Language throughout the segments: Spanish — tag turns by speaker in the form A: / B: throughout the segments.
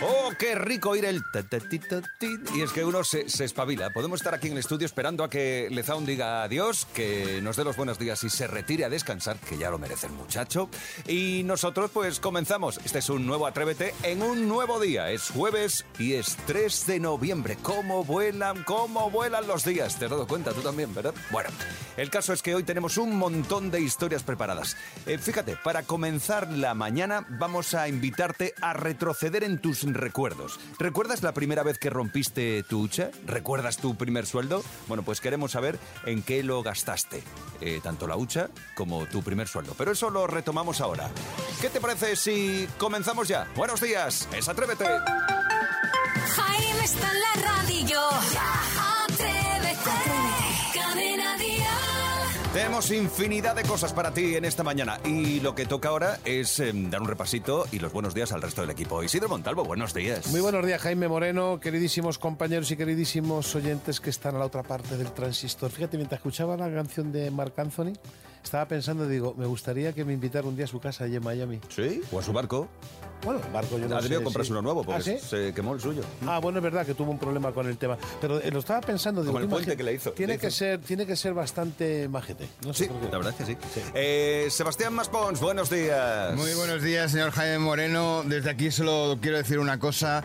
A: ¡Oh, qué rico ir el... ta, ta, ti, ta, ti! Y es que uno se, se espabila. Podemos estar aquí en el estudio esperando a que Lezaun diga adiós, que nos dé los buenos días y se retire a descansar, que ya lo merece el muchacho. Y nosotros pues comenzamos. Este es un nuevo Atrévete en un nuevo día. Es jueves y es 3 de noviembre. ¿Cómo vuelan, cómo vuelan los días? Te has dado cuenta tú también, ¿verdad? Bueno, el caso es que hoy tenemos un montón de historias preparadas. Eh, fíjate, para comenzar la mañana vamos a invitarte a retroceder en tus recuerdos. ¿Recuerdas la primera vez que rompiste tu hucha? ¿Recuerdas tu primer sueldo? Bueno, pues queremos saber en qué lo gastaste. Eh, tanto la hucha como tu primer sueldo. Pero eso lo retomamos ahora. ¿Qué te parece si comenzamos ya? Buenos días, es Atrévete.
B: Jaime está en la radio. Atrévete. Cadena Dial.
A: Tenemos infinidad de cosas para ti en esta mañana y lo que toca ahora es eh, dar un repasito y los buenos días al resto del equipo. Isidro Montalvo, buenos días.
C: Muy buenos días, Jaime Moreno, queridísimos compañeros y queridísimos oyentes que están a la otra parte del transistor. Fíjate, mientras escuchaba la canción de Marc Anthony, estaba pensando, digo, me gustaría que me invitara un día a su casa allí en Miami.
A: ¿Sí? ¿O a su barco?
C: Bueno, barco yo no
A: ha
C: sé,
A: debido comprarse
C: sí.
A: uno nuevo porque
C: ¿Ah, sí?
A: se quemó el suyo.
C: Ah, bueno, es verdad que tuvo un problema con el tema. Pero eh, lo estaba pensando, digo,
A: Como el
C: tú
A: puente
C: imagina-
A: que le hizo,
C: Tiene,
A: le
C: Que
A: hizo.
C: ser, tiene que ser bastante majete. No sé
A: Sí,
C: por qué.
A: la verdad es que sí. Eh, Sebastián Maspons, buenos días.
D: Muy buenos días, señor Jaime Moreno. Desde aquí solo quiero decir una cosa.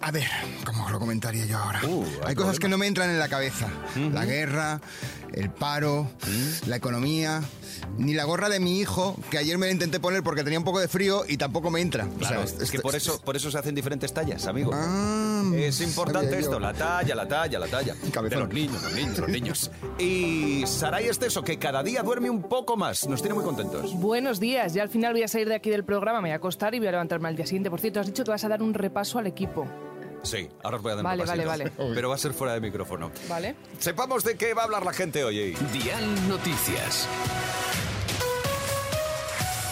D: A ver, ¿cómo lo comentaría yo ahora?
A: Uh, hay
D: hay cosas
A: problema.
D: que no me entran en la cabeza. La guerra, el paro, la economía, ni la gorra de mi hijo, que ayer me la intenté poner porque tenía un poco de frío y tampoco me entra. O sea,
A: Claro,
D: esto-
A: es que por eso, Eh, por eso se hacen diferentes tallas, amigo.
D: Ah,
A: es importante
D: sabía yo.
A: esto, la talla, la talla, la talla. De
D: Cabezón.
A: los niños, los niños, los niños. Y Saray Esteso, que cada día duerme un poco más. Nos tiene muy contentos.
E: Buenos días, ya al final voy a salir de aquí del programa, me voy a acostar y voy a levantarme al día siguiente. Por cierto, has dicho que vas a dar un repaso al equipo.
A: Sí, ahora os voy a dar un
E: Vale, vale,
A: repasito. Pero va a ser fuera de micrófono.
E: ¿Vale?
A: Sepamos de qué va a hablar la gente hoy.
F: Dial Noticias.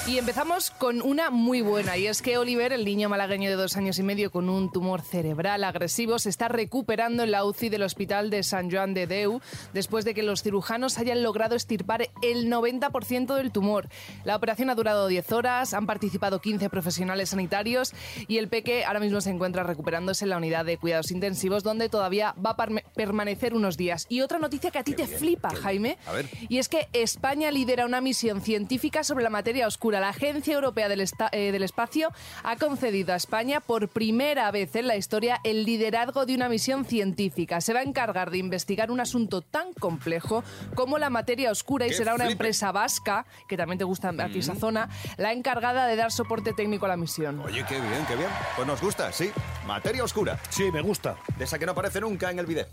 E: Y empezamos con una muy buena, y es que Oliver, el niño malagueño de dos años y medio con un tumor cerebral agresivo, se está recuperando en la UCI del Hospital de San Joan de Deu después de que los cirujanos hayan logrado estirpar el 90% del tumor. La operación ha durado 10 horas, han participado 15 profesionales sanitarios y el peque ahora mismo se encuentra recuperándose en la unidad de cuidados intensivos donde todavía va a parme- permanecer unos días. Y otra noticia que a ti te flipa, Jaime,
A: A ver.
E: y es que España lidera una misión científica sobre la materia oscura. La Agencia Europea del, Esta- eh, del Espacio ha concedido a España por primera vez en la historia el liderazgo de una misión científica. Se va a encargar de investigar un asunto tan complejo como la materia oscura y
A: ¡Qué
E: será una
A: flipe!
E: empresa vasca, que también te gusta aquí esa zona, la encargada de dar soporte técnico a la misión.
A: Oye, qué bien, qué bien. Pues nos gusta, sí. Materia oscura.
C: Sí, me gusta.
A: De esa que no aparece nunca en el Eh, video.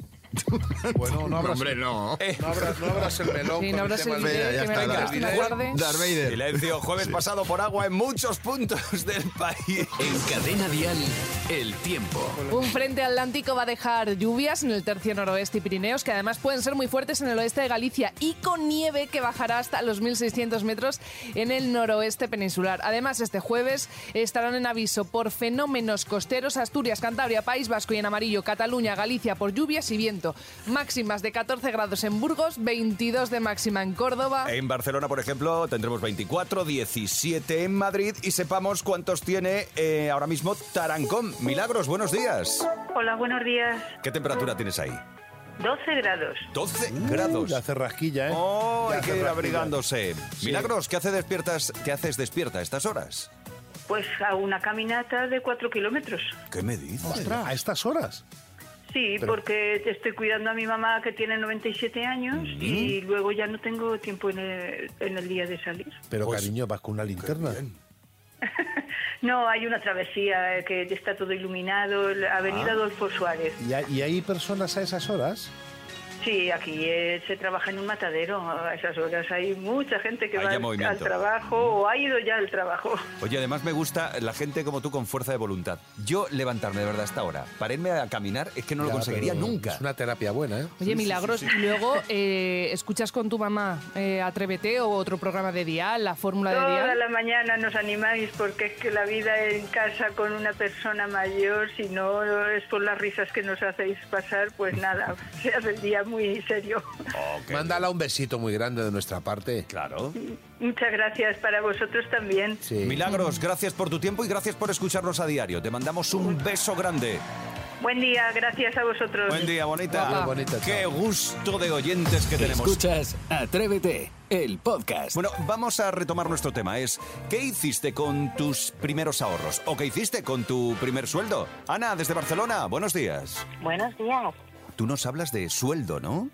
C: Bueno, no abras,
D: Hombre, no.
C: no abras- no abras el melón. con
E: Sí, no
C: el
E: abras
C: tema
E: el
C: del-
E: video,
D: ya
E: que me
D: está,
E: lo
D: dale.
E: encargaste una tarde.
D: Darth Vader.
A: Silencio, jueves pasado por agua en muchos puntos del país.
F: En Cadena Dial, el tiempo.
E: Un frente atlántico va a dejar lluvias en el tercio noroeste y Pirineos, que además pueden ser muy fuertes en el oeste de Galicia y con nieve que bajará hasta los 1.600 metros en el noroeste peninsular. Además, este jueves estarán en aviso por fenómenos costeros Asturias, Cantabria, País Vasco y en amarillo Cataluña, Galicia por lluvias y viento. Máximas de 14 grados en Burgos, 22 de máxima en Córdoba.
A: En Barcelona, por ejemplo, tendremos 24, 17 en Madrid y sepamos cuántos tiene eh, ahora mismo Tarancón. Milagros, buenos días.
G: Hola, buenos días.
A: ¿Qué temperatura tienes ahí?
G: 12 grados.
A: 12
D: Uh,
C: Uy,
A: grados.
C: La hace rasquilla, ¿eh?
A: Oh,
C: Ya
A: hay que
C: hace
A: ir
C: rasquilla.
A: abrigándose.
C: Sí.
A: Milagros, ¿qué, hace despiertas, ¿qué haces despierta a estas horas?
G: Pues a una caminata de 4 kilómetros.
A: ¿Qué me dices?
C: Ostras, a estas horas.
G: Sí, porque estoy cuidando a mi mamá que tiene 97 años y luego ya no tengo tiempo en el, en el día de salir.
C: Pero
A: Pues
C: cariño, vas con una linterna.
G: No, hay una travesía eh, que está todo iluminado, la avenida
A: Ah.
G: Adolfo Suárez.
C: ¿Y hay, y hay personas a esas horas?
G: Sí, aquí eh, se trabaja en un matadero a esas horas. Hay mucha gente que
A: Hay
G: va al-
A: ya
G: al
A: movimiento.
G: trabajo o ha ido ya al trabajo.
A: Oye, además me gusta la gente como tú con fuerza de voluntad. Yo levantarme de verdad a esta hora para irme a caminar es que no lo
C: Ya,
A: conseguiría
C: pero
A: nunca.
C: Es una terapia buena, ¿eh?
E: Oye, Milagros, y luego eh, escuchas con tu mamá eh, Atrévete o otro programa de Dial, la fórmula de Dial.
G: Toda la mañana nos animáis porque es que la vida en casa con una persona mayor, si no es por las risas que nos hacéis pasar, pues nada, se hace el día muy serio.
H: Mándala un besito muy grande de nuestra parte.
A: Claro.
G: Muchas gracias para vosotros también.
H: Sí.
A: Milagros, gracias por tu tiempo y gracias por escucharnos a diario. Te mandamos un beso grande.
G: Buen día, gracias a vosotros.
A: Buen día, bonita.
H: Guapa. Bonita, chao.
A: Qué gusto de oyentes que tenemos.
F: Escuchas Atrévete, el podcast.
A: Bueno, vamos a retomar nuestro tema. Es, ¿qué hiciste con tus primeros ahorros? ¿O qué hiciste con tu primer sueldo? Ana, desde Barcelona, buenos días.
I: Buenos días.
A: Tú nos hablas de sueldo, ¿no?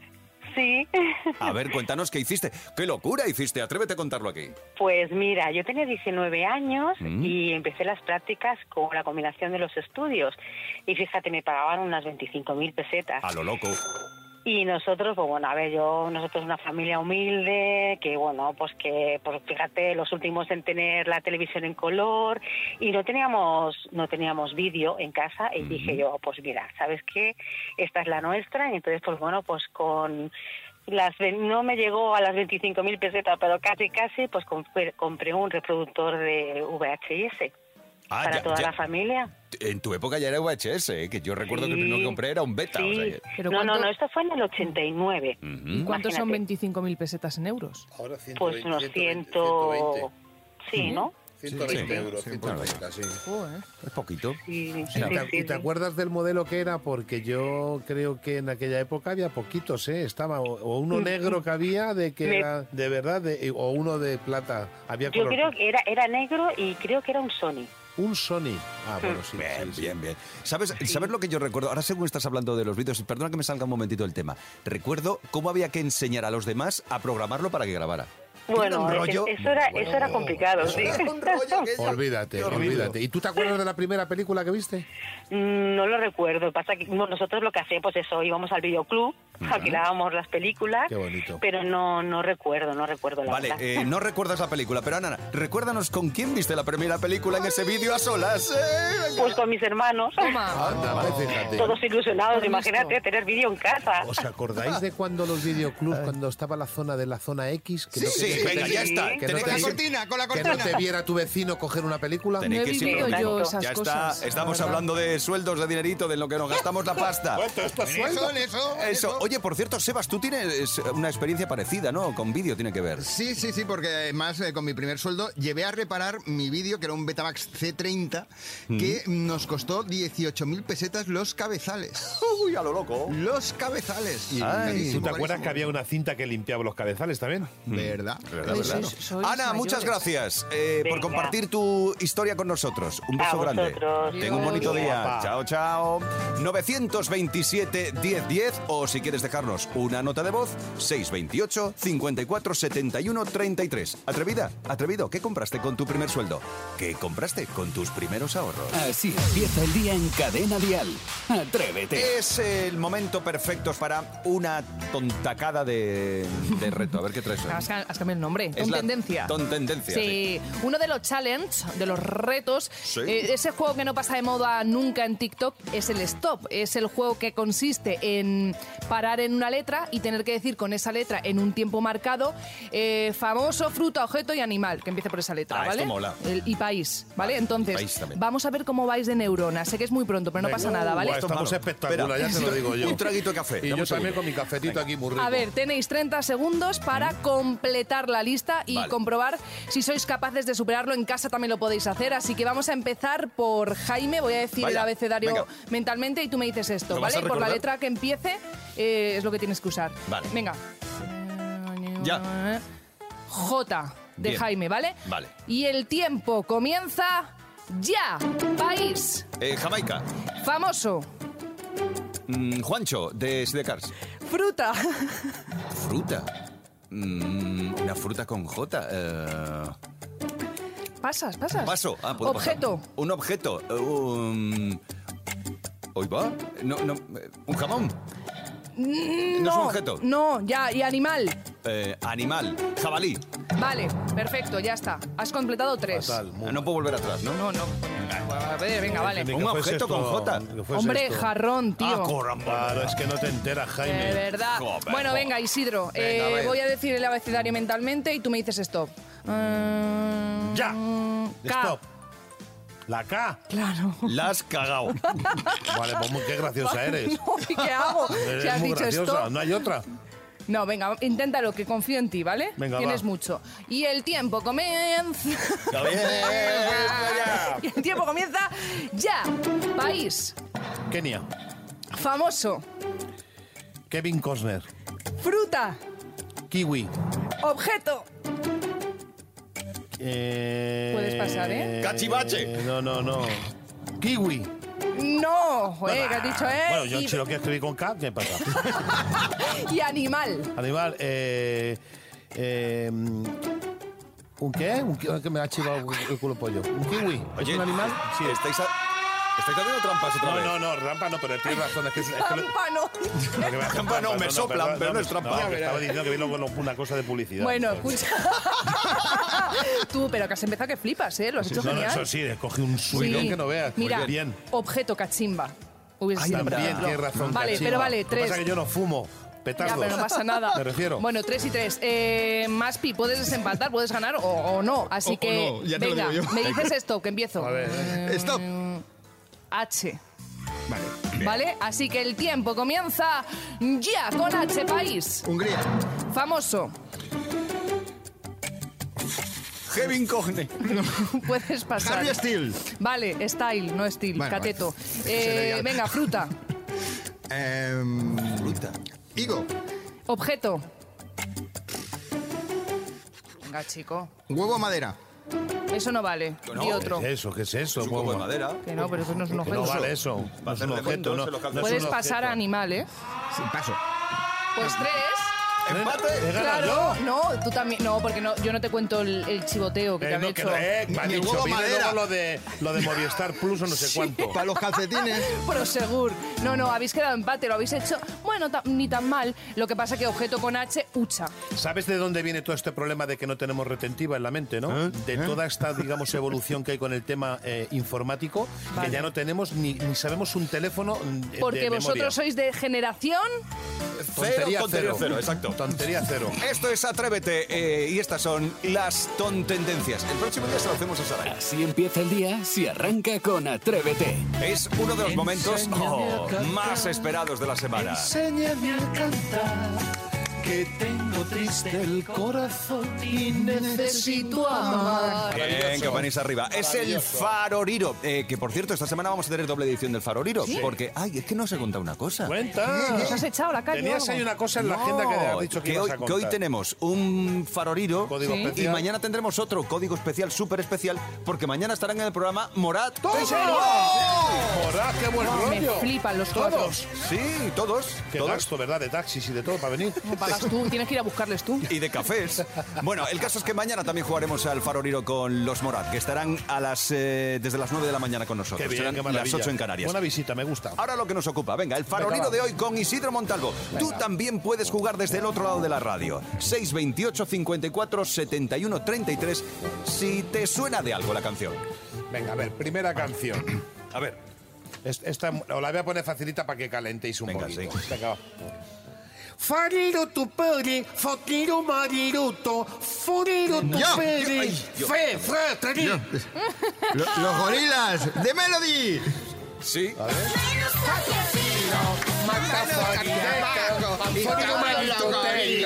I: Sí.
A: A ver, cuéntanos qué hiciste. ¡Qué locura hiciste! Atrévete a contarlo aquí.
I: Pues mira, yo tenía 19 años
A: Mm.
I: y empecé las prácticas con la combinación de los estudios. Y fíjate, me pagaban unas 25.000 pesetas.
A: A lo loco.
I: Y nosotros, pues bueno, a ver, yo, nosotros una familia humilde, que bueno, pues que, pues fíjate, los últimos en tener la televisión en color y no teníamos, no teníamos vídeo en casa y dije yo, pues mira, ¿sabes qué? Esta es la nuestra y entonces, pues bueno, pues con las, ve- no me llegó a las 25.000 pesetas, pero casi, casi, pues compré, compré un reproductor de VHS
A: Ah,
I: para
A: ya-
I: toda
A: ya-
I: la familia.
A: En tu época ya era VHS, ¿eh? que yo recuerdo que el
I: Sí.
A: primero que compré era un beta. o
I: Sí.
A: sea que-
E: Pero
I: no, no,
E: ¿cuánto-
I: no, esto fue en el 89.
A: ¿Mm?
E: ¿Y cuántos son
I: Imagínate.
E: 25.000 pesetas en euros?
H: Ahora
I: Pues unos 100... Sí, ¿no?
H: 120
A: Sí.
H: euros,
A: Sí,
H: 130, sí.
E: Joder.
A: Es poquito.
I: Sí,
C: ¿Y
I: sí,
C: te,
I: sí,
C: y te
I: sí.
C: acuerdas del modelo que era? Porque yo creo que en aquella época había poquitos, ¿eh? Estaba o o uno negro que había, de que
I: Me-
C: era de verdad, de- o uno de plata. Había
I: Yo
C: color-
I: creo que era, era negro y creo que era un Sony.
C: Un Sony. Ah, bueno, sí.
A: Bien,
C: sí, sí.
A: bien, bien. ¿Sabes, ¿Sabes lo que yo recuerdo? Ahora según estás hablando de los vídeos, y perdona que me salga un momentito el tema. Recuerdo cómo había que enseñar a los demás a programarlo para que grabara.
I: Bueno,
A: un
I: es-
A: rollo.
I: eso era,
A: Bueno,
I: eso era complicado, sí.
C: Olvídate, olvídate. ¿Y tú te acuerdas de la primera película que viste?
I: Mm, No lo recuerdo. Pasa que bueno, nosotros lo que hacíamos pues eso, íbamos al videoclub, alquilábamos las películas,
C: Qué bonito.
I: pero no, no recuerdo, no recuerdo la
A: Vale,
I: verdad.
A: eh, no recuerdas la película, pero Ana, recuérdanos con quién viste la primera película en ese vídeo a solas. ¿eh?
I: Pues con mis hermanos,
A: Ah,
E: Toma.
C: Anda, pues, fíjate.
I: todos ilusionados,
E: Ernesto.
I: imagínate tener vídeo en casa.
C: ¿Os acordáis de cuando los videoclubs, cuando estaba la zona de la zona X? Que querías-
A: Sí, venga, ya
I: sí.
A: está.
I: Que
A: Tenéis
C: no
D: Con la
C: te-
D: cortina, con la
C: que no
D: cortina.
C: te viera tu vecino coger una película.
A: Tenéis
E: No he
A: que ir siempre
I: vivido
A: lo mismo.
I: yo
E: esas
A: ya
E: cosas,
A: está,
E: la
A: estamos
E: verdad.
A: hablando de sueldos, de dinerito, de lo que nos gastamos la pasta.
D: Eso, eso,
A: Eso. Oye, por cierto, Sebas, tú tienes una experiencia parecida, ¿no? Con vídeo tiene que ver.
D: Sí, sí, sí, porque además eh, con mi primer sueldo llevé a reparar mi vídeo, que era un Betamax C30, que nos costó 18.000 pesetas los cabezales.
A: Uy, a lo loco.
D: Los cabezales.
C: ¿Tú te acuerdas que había Mm. una cinta que limpiaba los cabezales también?
D: ¿Verdad?
A: Verdad,
E: Pues
A: verdad.
E: sois- sois
A: Ana,
E: mayores.
A: muchas gracias eh, por
I: Venga.
A: compartir tu historia con nosotros. Un beso
I: A
A: grande.
I: vosotros.
A: Tengo un
E: Adiós.
A: bonito día.
C: Guapa.
A: Chao, chao. 927 1010 o si quieres dejarnos una nota de voz, 628 54 71 33. Atrevida, atrevido, ¿qué compraste con tu primer sueldo? ¿Qué compraste con tus primeros ahorros?
F: Así empieza el día en cadena Dial. Atrévete.
A: Es el momento perfecto para una tontacada de, de reto. A ver qué traes hoy.
E: Has, ca- has cambiado el nombre.
A: Es
E: Con
A: la
E: tendencia.
A: tontendencia,
E: Sí. Uno de los challenges, de los retos,
A: Sí.
E: eh, ese juego que no pasa de moda nunca en TikTok, es el stop. Es el juego que consiste en parar en una letra y tener que decir con esa letra en un tiempo marcado eh, famoso, fruta, objeto y animal, que empiece por esa letra,
A: Ah,
E: ¿vale?
A: esto mola.
E: El- y país, ¿vale? Entonces,
A: país también. Uh,
E: vamos a ver cómo vais de neuronas. Sé que es muy pronto, pero no pasa nada, ¿vale?
C: Buah, estamos
A: Malo.
C: espectacular,
A: Espera.
C: ya te lo digo yo.
A: Un traguito de café.
C: Y
A: Dame
C: yo
A: un
C: también
A: segundo.
C: con mi cafetito aquí muy rico.
E: A ver, tenéis 30 segundos para completar la lista y
A: Mm. Vale.
E: comprobar si sois capaces de superarlo. En casa también lo podéis hacer, así que vamos a empezar por Jaime. Voy a decir
A: Vaya,
E: el abecedario
A: venga.
E: mentalmente y tú me dices esto,
A: ¿Lo vas
E: ¿vale?
A: a
E: Por la
A: recordar?
E: letra que empiece eh, es lo que tienes que usar.
A: Vale.
E: Venga.
A: Ya.
E: J de
A: Bien.
E: Jaime, ¿vale?
A: Vale.
E: Y el tiempo comienza ya. País.
A: Eh, Jamaica.
E: Famoso.
A: Mm, Juancho, de Sidecars.
E: Fruta.
A: Fruta. Mm, una fruta con J. eh,
E: pasas, pasas.
A: paso. Ah, puedo pasar.
E: Objeto.
A: Un objeto. eh, un- Hoy va. No, no, eh, un jamón.
E: Mm, No,
A: No es un objeto.
E: No, ya, y animal.
A: Eh, animal. Jabalí.
E: Vale, perfecto, ya está. Has completado tres.
C: Fatal, muy-
A: Ah, No puedo volver atrás, ¿no?
E: No, no. A ver, venga,
C: Ni
E: vale.
C: que
A: Un
C: fuese
A: objeto con J.
C: ni que fuese
E: Hombre,
C: esto.
E: jarrón, tío.
C: Claro, es que no te enteras,
E: De
C: Jaime.
E: verdad.
A: Joder,
E: bueno,
A: joder.
E: venga, Isidro.
C: Venga,
E: eh,
C: a ver.
E: voy a decir el abecedario mentalmente y tú me dices stop. Mm,
C: Ya.
E: Eh, K.
C: Stop.
H: La K.
E: Claro.
A: La has cagado.
H: Vale, pues muy- qué graciosa eres.
E: No, ¿y ¿Qué hago?
H: Eres
E: Si has
H: muy
E: dicho
H: graciosa,
E: esto.
H: no hay otra.
E: No, venga, inténtalo, que confío en ti, ¿vale?
H: Venga,
E: Tienes
H: va.
E: mucho. Y el tiempo comienza. y el tiempo comienza ya. País.
H: Kenia.
E: Famoso.
H: Kevin Costner.
E: Fruta.
H: Kiwi.
E: Objeto.
H: Eh,
E: Puedes pasar, ¿eh?
A: Cachivache.
H: No, no, no. Kiwi.
E: No, joder, que has dicho, ¿eh?
H: Bueno, yo
E: y,
H: si lo que escribí con K, ¿qué pasa?
E: y animal.
H: Animal, eh, eh, ¿un qué? ¿Un qué? Que me ha chivado el culo pollo. ¿Un kiwi? ¿Es un animal?
A: Sí, estáis, a- estáis haciendo trampas otra
H: No,
A: vez.
H: no, no, rampa no, pero tienes razón. Es que, es que lo-
E: Pámpano.
H: lo que me hacen
A: Trampa no, me soplan,
H: perdón,
A: pero no es
H: me-
A: trampa.
H: que estaba diciendo que vino con una cosa de publicidad.
E: Bueno, escucha. Tú, pero que has empezado que flipas, ¿eh? Lo has hecho
H: No, no,
E: genial.
H: eso sí, escogí un subidón que no veas. Muy
E: Mira,
H: bien.
E: objeto cachimba. Hubiese sido por
H: También
E: ejemplo.
H: tienes razón.
E: Vale,
H: cachimba.
E: pero vale,
H: Lo que
E: tres.
H: pasa es que yo no fumo
E: Ya,
H: petardos.
E: pero no pasa nada.
H: Me refiero.
E: Bueno, tres y tres. Eh, Maspi, puedes desempatar, puedes ganar o, o no. Así
D: O- o
E: que,
D: no, ya te lo
E: venga,
D: digo yo.
E: me dices esto, que empiezo.
H: A ver, eh,
D: Stop.
E: H,
D: Vale.
E: ¿vale? Así que el tiempo comienza ya con H, país.
D: Hungría.
E: Famoso.
A: Kevin Cogne.
E: Puedes pasar.
D: Harry Steel.
E: Vale, style, no style,
D: Bueno,
E: cateto.
D: vale. Es que se
E: Eh,
D: veía.
E: venga, fruta,
D: Em,
A: Fruta.
D: higo.
E: objeto. Venga, chico,
D: Huevo a madera.
E: eso no vale.
A: Bueno,
E: y
H: ¿Qué
E: otro.
H: es eso? ¿Qué es eso?
A: Es un cubo de madera.
E: Que no, pero eso no es un
H: Que
E: objeto.
H: no vale eso. No es un
A: hacerle
H: objeto,
A: cuentos
H: no.
A: en los
H: no es un
E: Puedes pasar a
H: objeto.
E: animal, ¿eh?
D: Sí, paso.
E: Pues tres.
H: ¿Eh? ¿He
A: ¡Empate!
H: ganado
E: Claro,
H: yo?
E: no, tú también. No, porque no, yo no te cuento el, el chivoteo que te
H: Eh,
E: han
H: no, que
E: hecho.
H: no, eh, me ha
D: Ni el
H: dicho,
D: huevo
H: viene
D: madera.
H: luego lo de, lo de Movistar Plus o no sé cuánto.
D: Para los calcetines.
E: Prosegur. No, no, habéis quedado empate, lo habéis hecho. Bueno, ta- ni tan mal. Lo que pasa que objeto con H, hucha.
H: Eh, ¿Sabes de dónde viene todo este problema de que no tenemos retentiva en la mente, no? De toda esta, digamos, evolución que hay con el tema eh, informático,
E: Vale.
H: que ya no tenemos ni, ni sabemos un teléfono mm, de-
E: Porque
H: de memoria.
E: vosotros sois de generación.
A: Cero, tontería cero, exacto.
H: Tontería cero.
A: Esto es Atrévete eh, y estas son las tontendencias. El próximo día se lo hacemos a Saray.
F: Así empieza el día si arranca con Atrévete.
A: Es uno de los momentos
F: Enséñame a
A: oh,
F: cantar.
A: más esperados de la semana.
C: Enséñame a cantar, que tengo triste el corazón y necesito amar.
A: Bien, campanís arriba. Es el Faroriro. eh, que por cierto, esta semana vamos a tener doble edición del Faroriro. Porque, ay, es que no se cuenta una cosa. Oh,
H: Cuenta.
E: ¿Nos has echado a la calle? o
H: Tenías
E: algo?
H: ahí una cosa en la agenda que has dicho que,
A: que
H: ibas
A: hoy,
H: a
A: que hoy
H: contar.
A: tenemos un faroriro
H: Código
E: Sí.
A: y
H: especial.
A: mañana tendremos otro código especial, súper especial, porque mañana estarán en el programa Morat.
H: ¡Joder, qué buen
E: Me
H: rollo!
E: flipan los cuatro.
H: Todos.
A: Sí, todos.
H: Qué
A: todos.
H: gasto, ¿verdad? De taxis y de todo para venir.
E: No pagas tú, tienes que ir a buscarles tú.
A: y de cafés. Bueno, el caso es que mañana también jugaremos al Faroriro con los Morat, que estarán a las, eh, desde las 9 de la mañana con nosotros.
H: Qué bien,
A: Serán
H: qué
A: las
H: maravilla.
A: 8 en Canarias. Ah.
H: Buena visita, me gusta.
A: Ahora lo que nos ocupa, venga, el farolino
H: va.
A: de hoy con Isidro Montalvo. Tú también puedes jugar desde el otro lado de la radio. 628 54 71 33 si te suena de algo la canción.
H: Venga, a ver, primera canción.
A: A ver,
H: Es- Esta os la voy a poner facilita para que calentéis un
A: Venga,
H: poquito.
A: sí.
H: Venga, va. Farero tu pere, fotero mariruto, forero tu
D: Yo,
H: pere,
A: ay, yo.
H: fe, fe, teri.
D: Lo- los gorilas de Melody.
A: sí.
H: Forero mariruto, teri.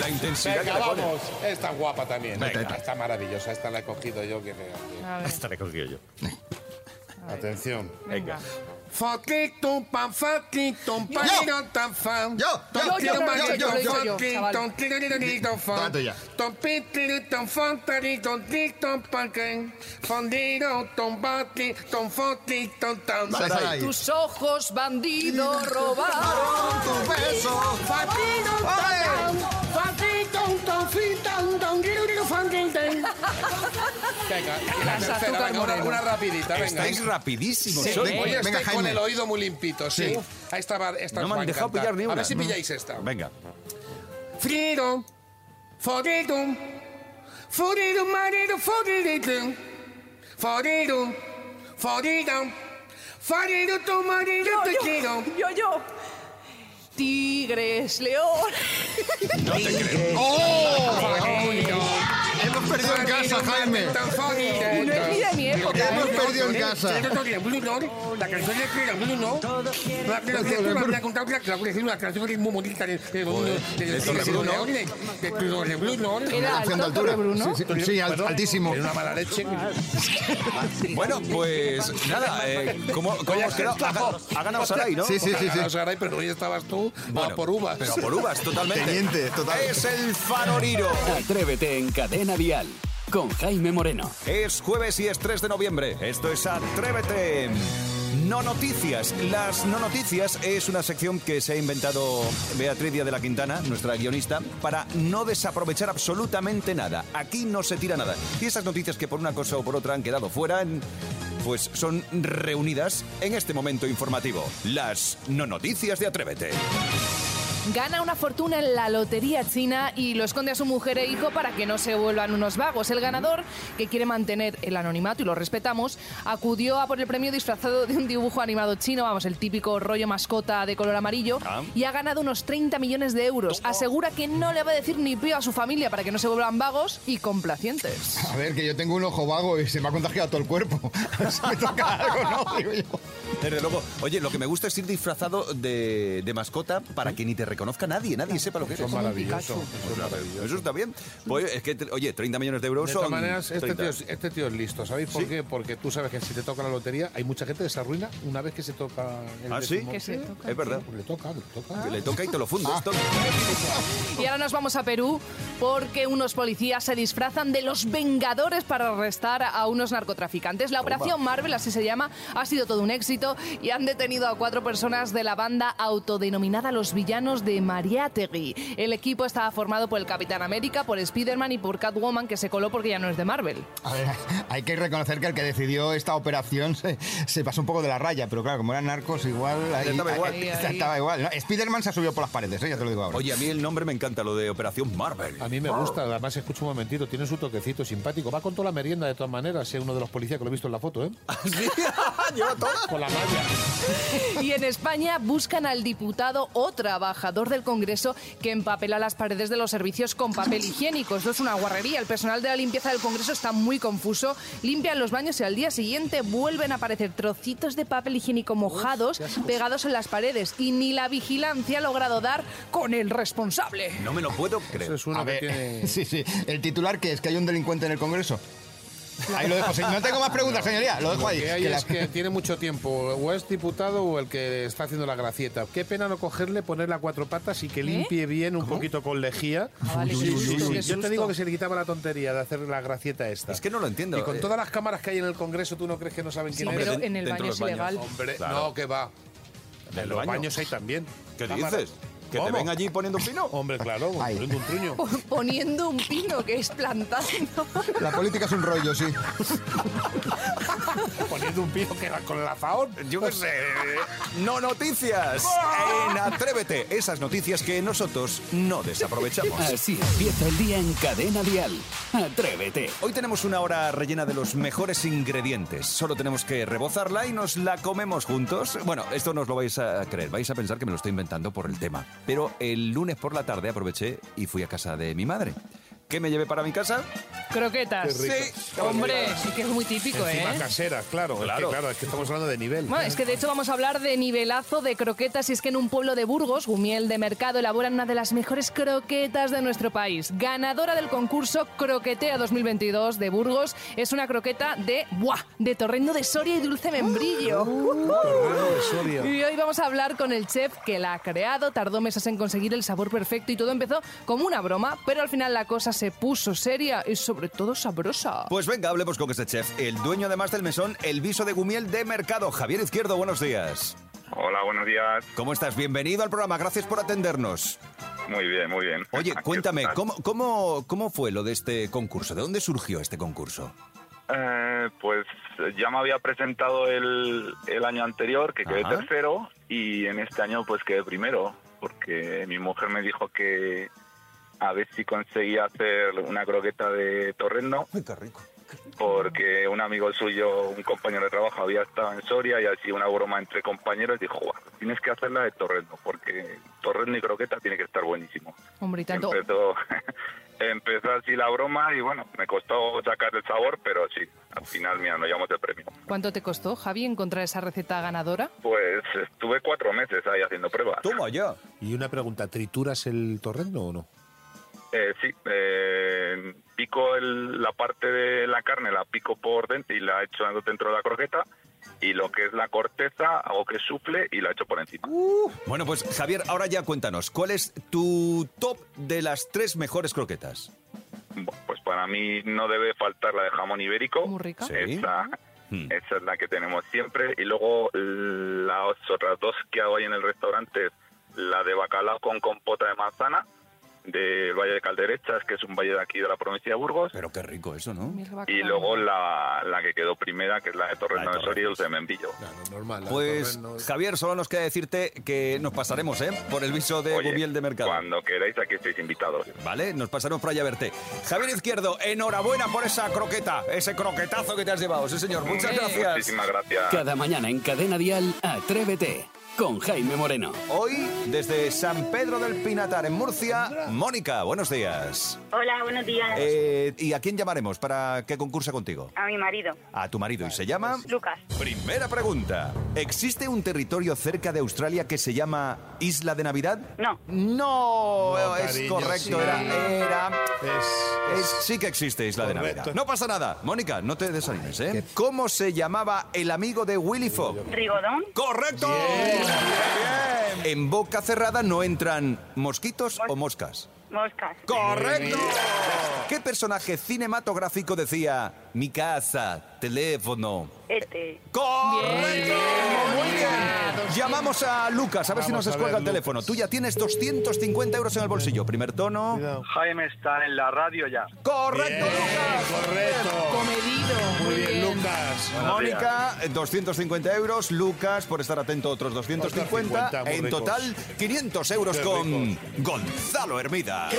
A: La intensidad
H: Venga,
A: que le pone.
H: vamos. Esta es guapa también.
A: Venga.
H: Esta está maravillosa. Esta la he cogido yo. Que me-
E: A ver,
H: Atención.
E: venga.
H: Fotitum, pan, fotitum, pan,
D: Yo.
H: tiron, tan, fan.
D: Yo, yo,
H: Tom,
E: yo,
H: tiron,
E: yo,
H: man,
E: yo,
H: tiron,
E: yo, yo,
H: fotin,
E: chaval.
H: tom, tirin, tirin, tom, fan.
D: Tanto ya.
H: Tom, pin, tirin, tom, fan, tarin, tom, tin, tom, pan, can. Fondiro, tom, bati, tom, fotin, tom, tan.
D: Vale, Sarai.
E: Tus ojos, bandido, robado.
D: Robaron tu beso.
H: Fotitum, tom,
D: Ay.
H: tan. Fotitum, tom, fin, tom, tom, tirin, tirin, fan, tin, tin. Venga, y la
E: Las
H: tercera,
E: azúcar
H: venga, una-
E: moreno.
H: una rapidita, venga.
A: Estáis rapidísimos.
D: Sí,
A: sois.
D: venga,
H: Hoy
D: venga,
H: estoy con
D: Jaime.
H: el oído muy limpito, sí.
A: Sí.
H: Ahí estaba, esta
A: No
H: os
A: me
H: va
A: han
H: a
A: dejado
H: encantar.
A: pillar ni
H: A
A: una.
H: ver si pilláis esta.
A: Venga.
H: Frito, forito, forito, marito, forito, forito, forito, forito, tu marito, te quiero.
E: yo, yo. Tigres, león.
D: Hemos perdido en casa, Jaime.
E: No es ni de mi
D: ¿Qué
E: época.
D: hemos
E: ¿eh?
D: perdido en casa?
J: La canción de Pira Bruno, la canción de Bruno, la canción de una canción muy bonita de Bruno, de Bruno, de Bruno, de Bruno.
E: Era
D: Opción
E: alto,
D: de altura.
E: pobre Bruno.
D: Sí, sí, sí, alt- altísimo.
H: Tiene una mala leche.
A: Bueno, pues nada, eh, ¿cómo, cómo hemos quedado? Ha, ga- ha ganado Saray, ¿no?
D: Sí, sí, sí, sí.
H: O sea, Garay, pero hoy estabas tú a
A: Bueno,
H: por uvas.
A: Pero por uvas, totalmente.
D: Teniente, total.
A: Es el faroriro.
F: Atrévete en Cadena Dial con Jaime Moreno.
A: Es jueves y es 3 de noviembre. Esto es Atrévete. No noticias. Las no noticias es una sección que se ha inventado Beatriz Díaz de la Quintana, nuestra guionista, para no desaprovechar absolutamente nada. Aquí no se tira nada. Y esas noticias que por una cosa o por otra han quedado fuera, en- pues son reunidas en este momento informativo. Las no noticias de Atrévete.
E: Gana una fortuna en la lotería china y lo esconde a su mujer e hijo para que no se vuelvan unos vagos. El ganador, que quiere mantener el anonimato y lo respetamos, acudió a por el premio disfrazado de un dibujo animado chino, vamos, el típico rollo mascota de color amarillo,
A: Ah.
E: y ha ganado unos 30 millones de euros. Asegura que no le va a decir ni pío a su familia para que no se vuelvan vagos y complacientes.
D: A ver, que yo tengo un ojo vago y se me ha contagiado todo el cuerpo. Se me toca algo, ¿no? Digo yo.
A: Desde luego, oye, lo que me gusta es ir disfrazado de, de mascota para que ni te reconozca nadie, nadie sepa lo que eres.
H: maravilloso.
A: Eso está bien. Pues, es que, oye, 30 millones de euros
H: De
A: son.
H: todas maneras, este
A: 30.
H: tío, es, este tío es listo. ¿Sabéis por
A: Sí.
H: qué? Porque tú sabes que si te toca la lotería, hay mucha gente que se arruina una vez que se toca el
A: ¿Ah, sí?
H: décimo.
E: Que se toca.
A: Es verdad.
H: Pues le toca, le toca.
A: Que le toca y te lo fundes. Tony.
H: Ah.
E: Y ahora nos vamos a Perú porque unos policías se disfrazan de los Vengadores para arrestar a unos narcotraficantes. La operación Marvel, así se llama, ha sido todo un éxito y han detenido a cuatro personas de la banda autodenominada Los Villanos de Mariátegui. El equipo estaba formado por el Capitán América, por Spider-Man y por Catwoman, que se coló porque ya no es de Marvel.
D: A ver, hay que reconocer que el que decidió esta operación se, se pasó un poco de la raya, pero claro, como eran narcos, igual. ahí-
A: Estaba igual.
D: ahí- estaba igual, ¿no? Spiderman se ha subido por las paredes, ¿eh? ya te lo digo ahora.
A: Oye, a mí el nombre me encanta, lo de Operación Marvel.
H: A mí me gusta, además escucho un momentito, tiene su toquecito simpático. Va con toda la merienda de todas maneras, es uno de los policías que lo he visto en la foto, ¿eh?
A: ¿Sí? ¿Lleva toda?
H: Con la malla.
E: Y en España buscan al diputado o trabajador del Congreso que empapela las paredes de los servicios con papel higiénico. Esto es una guarrería. El personal de la limpieza del Congreso está muy confuso. Limpian los baños y al día siguiente vuelven a aparecer trocitos de papel higiénico mojados pegados en las paredes. Y ni la vigilancia ha logrado dar con el responsable.
A: No me lo puedo
H: Eso
A: creer.
H: es uno
D: A
H: que
D: ver,
H: tiene.
D: sí, sí. El titular que es que hay un delincuente en el Congreso. Ahí lo dejo. señor. No tengo más preguntas, señoría. Lo dejo
H: Lo
D: ahí.
H: que hay
D: Que la-
H: es que tiene mucho tiempo, o es diputado o el que está haciendo la gracieta. Qué pena no cogerle, ponerle a cuatro patas y que limpie bien un poquito con lejía.
E: Ah, vale,
H: Sí,
E: qué
H: sí,
E: susto,
H: sí.
E: qué
H: Yo te
E: susto.
H: digo que se le quitaba la tontería de hacer la gracieta esta.
A: Es que no lo entiendo.
H: Y con
A: Eh,
H: todas las cámaras que hay en el Congreso, ¿tú no crees que no saben
E: Sí,
H: quién
E: pero
H: es?
A: de-
E: en el
A: dentro
E: baño
A: de
E: es
A: los
E: ilegal.
A: baños.
H: Hombre,
A: Claro.
H: no, que va.
A: ¿En
H: En
A: los
H: los
A: baños?
H: baños hay también.
A: ¿Qué
H: Cámaras.
A: dices? ¿Que te
H: ¿Cómo?
A: ven allí poniendo un pino?
H: Hombre, claro,
D: Ahí.
H: poniendo un truño.
E: Poniendo un pino que es plantando.
D: la política es un rollo, sí.
H: poniendo un pino que va con la faón.
A: Yo qué sé. No noticias.
H: ¡Ah!
A: En Atrévete. Esas noticias que nosotros no desaprovechamos.
F: Así empieza el día en Cadena Dial. Atrévete.
A: Hoy tenemos una hora rellena de los mejores ingredientes. Solo tenemos que rebozarla y nos la comemos juntos. Bueno, esto no os lo vais a creer. Vais a pensar que me lo estoy inventando por el tema. Pero el lunes por la tarde aproveché y fui a casa de mi madre. ¿Qué me llevé para mi casa?
E: Croquetas.
A: Sí.
E: Hombre, sí que es muy típico, ¿eh?
H: Encima caseras, claro. Es
A: Claro.
H: que, claro, es que estamos hablando de nivel.
E: Bueno, es que de hecho vamos a hablar de nivelazo de croquetas y es que en un pueblo de Burgos, Gumiel de Mercado, elaboran una de las mejores croquetas de nuestro país. Ganadora del concurso Croquetea 2022 de Burgos es una croqueta de ¡buah! de torrendo de Soria y dulce membrillo.
H: Uh,
E: Uh-huh.
H: Torrendo de Soria.
E: Y hoy vamos a hablar con el chef que la ha creado, tardó meses en conseguir el sabor perfecto y todo empezó como una broma, pero al final la cosa se puso seria y sobre todo sabrosa.
A: Pues venga, hablemos con este chef, el dueño además del mesón El Viso de Gumiel de Mercado. Javier Izquierdo, buenos días.
J: Hola, buenos días.
A: ¿Cómo estás? Bienvenido al programa. Gracias por atendernos.
J: Muy bien, muy bien.
A: Oye,
J: Aquí
A: cuéntame,
J: estás.
A: ¿cómo, cómo, ¿cómo fue lo de este concurso? ¿De dónde surgió este concurso?
J: Eh, pues ya me había presentado el, el año anterior, que quedé
A: Ajá.
J: tercero, y en este año pues quedé primero, porque mi mujer me dijo que a ver si conseguía hacer una croqueta de torrendo,
A: Ay, qué rico.
J: porque un amigo suyo, un compañero de trabajo, había estado en Soria y así una broma entre compañeros, dijo, "Buah, tienes que hacerla de torrendo, porque torrendo y croqueta tiene que estar buenísimo.
E: Hombre, y tanto...
J: Empezó, empezó así
K: entendí la broma y bueno, me costó sacar el sabor, pero sí, al final, mira, nos llevamos el premio.
E: ¿Cuánto te costó, Javi, encontrar esa receta ganadora?
K: Pues estuve cuatro meses ahí haciendo pruebas.
A: Toma ya.
H: Y una pregunta, ¿trituras el torrendo o no?
K: Eh, sí, eh, pico el- la parte de la carne, la pico por dentro y la echo dentro de la croqueta. Y lo que es la corteza, hago que suple y la echo por encima.
A: Bueno, pues Javier, ahora ya cuéntanos, ¿cuál es tu top de las tres mejores croquetas?
K: Pues para mí no debe faltar la de jamón ibérico.
E: Muy rica.
K: Esa, esa es la que tenemos siempre. Y luego las otras dos que hago ahí en el restaurante, la de bacalao con compota de manzana del Valle de Calderechas, que es un valle de aquí de la provincia de Burgos.
A: Pero qué rico eso, ¿no?
K: Y luego la, la que quedó primera, que es la de Torreno de Soria y el de Membillo.
H: Normal.
A: Pues Javier, solo nos queda decirte que nos pasaremos, ¿eh? Por el viso de Gubiel de Mercado.
K: Cuando queráis, aquí estáis invitados.
A: Vale, nos pasaremos para allá a verte. Javier Izquierdo, enhorabuena por esa croqueta, ese croquetazo que te has llevado. Sí, señor, muchas gracias.
K: Muchísimas gracias.
F: Cada mañana en Cadena Dial, Atrévete con Jaime Moreno.
A: Hoy, desde San Pedro del Pinatar, en Murcia, Mónica, buenos días.
L: Hola, buenos días.
A: Eh, ¿Y a quién llamaremos para que concurse contigo?
L: A mi marido,
A: A tu marido, y se llama...
I: pues,
L: Lucas.
A: Primera pregunta. ¿Existe un territorio cerca de Australia que se llama Isla de Navidad?
L: No.
A: No,
H: No,
A: es
H: cariño,
A: correcto.
H: sí.
A: Era, era-
H: Es-
A: es- sí que existe Isla de
H: Correcto.
A: Navidad. No pasa nada. Mónica, no te desanimes, ¿eh? ¿Cómo se llamaba el amigo de Willy Fogg?
L: Rigodón.
A: ¡Correcto! En boca cerrada no entran mosquitos o moscas.
L: Moscas.
A: ¡Correcto! ¿Qué personaje cinematográfico decía mi casa, teléfono?
L: Este.
A: ¡Correcto! Muy bien. Llamamos a Lucas a ver si
H: Vamos
A: nos
H: a ver,
A: descuelga el
H: Lucas.
A: teléfono. Tú ya tienes 250 euros en el bolsillo. Primer tono.
M: Jaime está en la radio ya.
A: ¡Correcto, Lucas!
E: Comedido.
H: Muy bien, Lucas.
A: Mónica, 250 euros. Lucas, por estar atento, otros 250.
H: 250, muy
A: en
H: ricos.
A: total, 500 euros
H: Qué
A: con Gonzalo Hermida.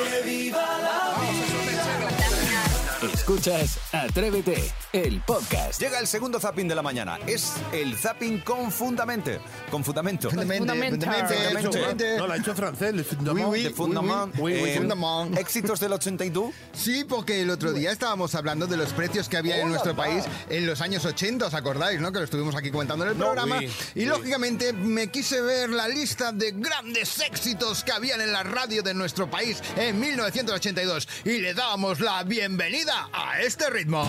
F: Escuchas Atrévete, el podcast.
A: Llega el segundo zapping de la mañana. Es el zapping con fundamente. Con fundamento.
E: Fundamental.
H: Lo ha
A: Fundamente.
H: hecho- No, la ha hecho en francés. le
D: Oui,
H: fundamon,
D: oui,
H: le
D: oui,
H: fundamon.
D: oui, oui,
A: Eh,
D: fundamon.
A: ¿Éxitos del 82?
D: Sí, porque el otro día estábamos hablando de los precios que había en
A: Hola,
D: nuestro
A: va.
D: país en los años 80, ¿os acordáis, no? Que lo estuvimos aquí comentando en el programa.
H: sí,
D: y lógicamente me quise ver la lista de grandes éxitos que habían en la radio de nuestro país en 1982 y le dábamos la bienvenida a este ritmo.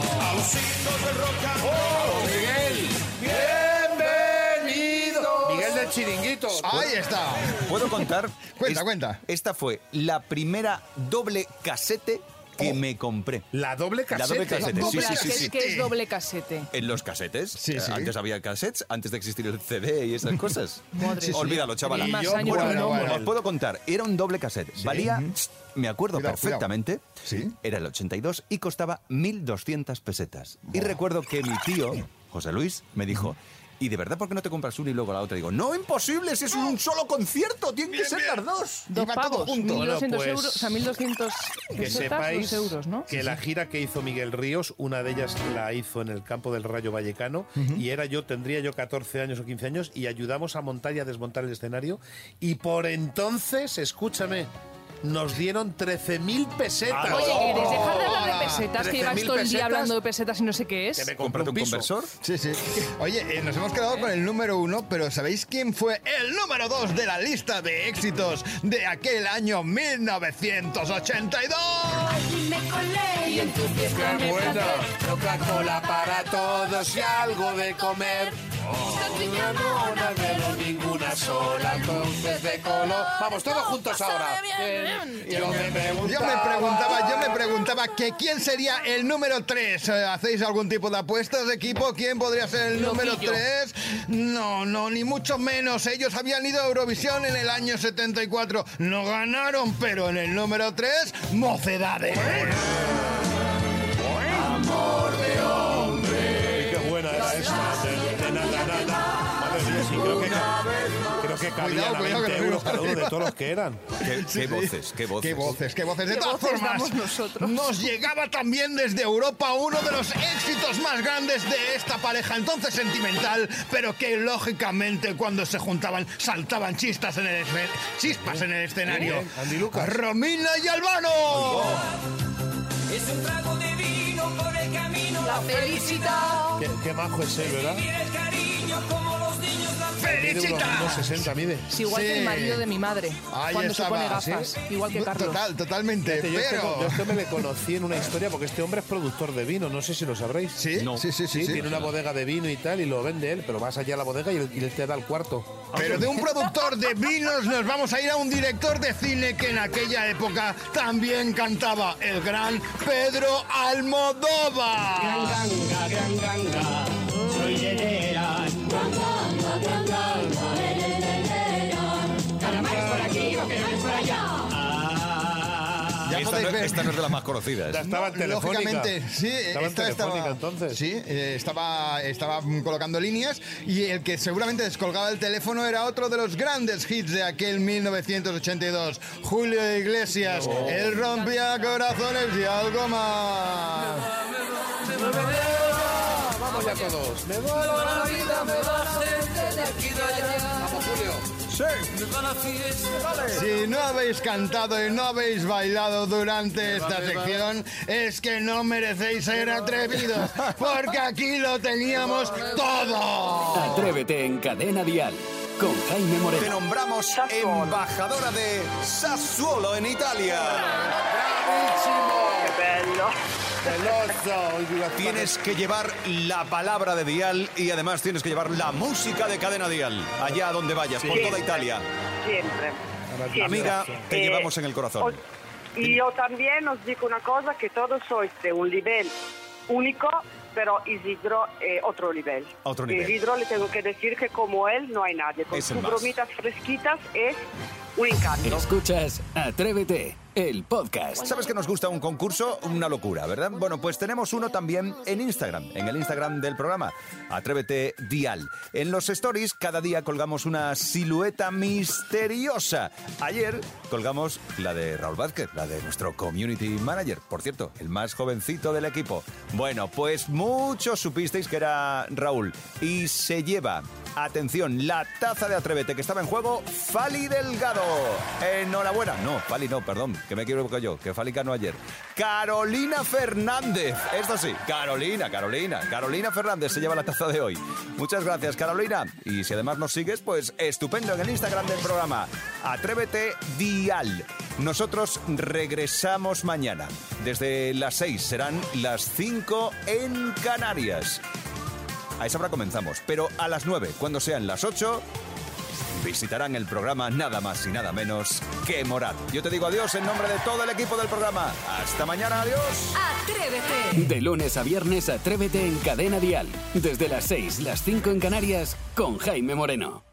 J: ¡Bienvenido! Miguel del Chiringuito.
D: Ahí está.
A: ¿Puedo contar?
D: Cuenta,
A: Es-
D: cuenta.
A: Esta fue la primera doble casete
D: Oh.
A: que me compré.
H: La doble
A: La
H: casete.
A: doble casete, sí,
E: Doble
A: sí, sí,
E: casete,
A: sí.
E: que es doble casete.
A: En los casetes. Eh,
D: Sí, sí.
A: Antes había cassettes, antes de existir el CD y esas cosas.
E: Madre Sí, sí.
A: Olvídalo, chavala.
E: Y yo,
A: Bueno,
E: bueno,
A: bueno,
E: bueno.
A: os puedo contar. Era un doble cassette. Valía, me acuerdo
D: Cuidado,
A: perfectamente,
D: Sí.
A: era el 82 y costaba 1.200 pesetas. Y recuerdo que mi tío, José Luis, me dijo... ¿Y de verdad por qué no te compras una y luego la otra? Y digo, no, imposible, si es un solo concierto, tienen que ser las dos.
E: Dos
D: Iba todo
E: pavos,
D: junto.
E: 1.200
H: Bueno, pues,
E: euros, o sea, 1.200
H: Que
E: pesetas,
H: sepáis
E: dos euros, ¿no?
H: que la gira que hizo Miguel Ríos, una de ellas la hizo en el campo del Rayo Vallecano, y era yo, tendría yo 14 años o 15 años, y ayudamos a montar y a desmontar el escenario. Y por entonces, escúchame, nos dieron 13.000 pesetas.
E: Ah, Oye, ¿queréis dejar de hablar
D: Hola.
E: de pesetas? Que
H: 13.000
E: llevas todo el
H: ¡Oh! pesetas.
E: día hablando de pesetas y no sé qué es.
H: Que me compré
A: Cómprate un
H: piso.
A: conversor.
D: Sí, sí. Oye, eh, nos hemos quedado con el número uno, pero ¿sabéis quién fue el número dos de la lista de éxitos de aquel año 1982?
J: ¡Qué buena! Coca-Cola para todos y algo de comer. Una pero ninguna sola, entonces de color. Vamos, todos juntos ahora. Eh. Yo me
D: Yo me preguntaba, yo me preguntaba que quién sería el número 3. ¿Hacéis algún tipo de apuestas, equipo? ¿Quién podría ser el número 3? No, no, ni mucho menos. Ellos habían ido a Eurovisión en el año 74. No ganaron, pero en el número 3, mocedades.
H: Y qué buena era esa. De, de nada, nada. Madre mía, sí, creo que, ca- creo que cabían
D: Cuidado,
H: a
D: cuidado, que
H: 20
D: nos
H: euros
D: vemos
H: cada uno de
D: arriba.
H: todos los que eran.
A: Qué, qué voces, qué voces.
D: Qué voces, qué voces. De
E: ¿Qué
D: todas
E: voces
D: formas,
E: damos nosotros?
D: nos llegaba también desde Europa uno de los éxitos más grandes de esta pareja, entonces sentimental, pero que lógicamente cuando se juntaban saltaban chistas en el esfe- chispas en el escenario.
H: Andy Lucas.
D: Romina y Albano.
L: Es un trago de vino por el camino. La
E: felicidad.
H: Qué, qué majo es él, ¿verdad?
L: El cariño como los niños la
H: Mide unos 1,60 mide.
E: Es igual que el marido de mi madre.
H: Ahí
E: cuando se
H: estaba,
E: pone gafas.
H: ¿sí?
E: Igual que Carlos.
D: totalmente.
H: yo, este,
D: pero-
H: co- yo este me le conocí en una historia porque este hombre es productor de vino, no sé si lo sabréis. Sí,
D: sí, sí, sí, sí.
H: Tiene una bodega de vino y tal y lo vende él, pero vas allá a la bodega y él, y él te da el cuarto.
D: Pero de un productor de vinos nos vamos a ir a un director de cine que en aquella época también cantaba, el gran Pedro Almodóvar.
L: Soy de Teherán. Calamares por aquí, boquerones por allá.
D: Ya
A: esta,
D: podéis
A: no,
D: ver.
A: esta no es de las más conocidas.
D: No, Lógicamente, sí. esta entonces. Sí, eh, estaba, estaba mm, colocando líneas y el que seguramente descolgaba el teléfono era otro de los grandes hits de aquel 1982. Julio Iglesias, él rompía corazones y algo más.
H: Vamos ya todos.
L: Me va la vida, me va gente de aquí de allá. Vamos, Julio. Sí. Me va la fiesta, vale.
D: Si no habéis cantado y no habéis bailado durante esta sección, es que no merecéis ser atrevidos, porque aquí lo teníamos todo.
F: Atrévete en Cadena Dial con Jaime Moreno.
A: Te nombramos embajadora de Sassuolo en Italia.
L: bello.
A: Tienes que llevar la palabra de Dial y además tienes que llevar la música de cadena Dial, allá a donde vayas, por toda Italia.
N: Siempre. siempre.
A: Amiga, te
N: Eh,
A: llevamos en el corazón.
N: o- Io también os digo una cosa, que todos sois de un nivel único, pero Isidro es otro nivel.
A: Otro
N: De
A: nivel.
N: Isidro le tengo que decir que como él no hay nadie. Con
F: Es el
N: sus
F: más.
N: bromitas fresquitas es un encanto.
F: Escuchas Atrévete, el podcast.
A: Pues ¿Sabes que nos gusta un concurso? Una locura, ¿verdad? Bueno, pues tenemos uno también en Instagram, en el Instagram del programa. Atrévete Dial. En los stories cada día colgamos una silueta misteriosa. Ayer colgamos la de Raúl Vázquez, la de nuestro community manager, por cierto, el más jovencito del equipo. Bueno, pues muchos supisteis que era Raúl y se lleva, atención, la taza de Atrévete que estaba en juego, Fali Delgado. Enhorabuena. No, Fali no, perdón, que me equivoco yo, que Fali ganó ayer. Carolina Fernández. Esto sí, Carolina, Carolina, Carolina Fernández se lleva la taza de hoy. Muchas gracias, Carolina. Y si además nos sigues, pues estupendo en el Instagram del programa. Atrévete Dial. Nosotros regresamos mañana. Desde las 6 serán las 5 en Canarias. A esa hora comenzamos, pero a las 9, cuando sean las 8, visitarán el programa nada más y nada menos que Morat. Yo te digo adiós en nombre de todo el equipo del programa. Hasta mañana, adiós.
B: Atrévete.
F: De lunes a viernes, Atrévete en Cadena Dial. Desde las 6, las 5 en Canarias, con Jaime Moreno.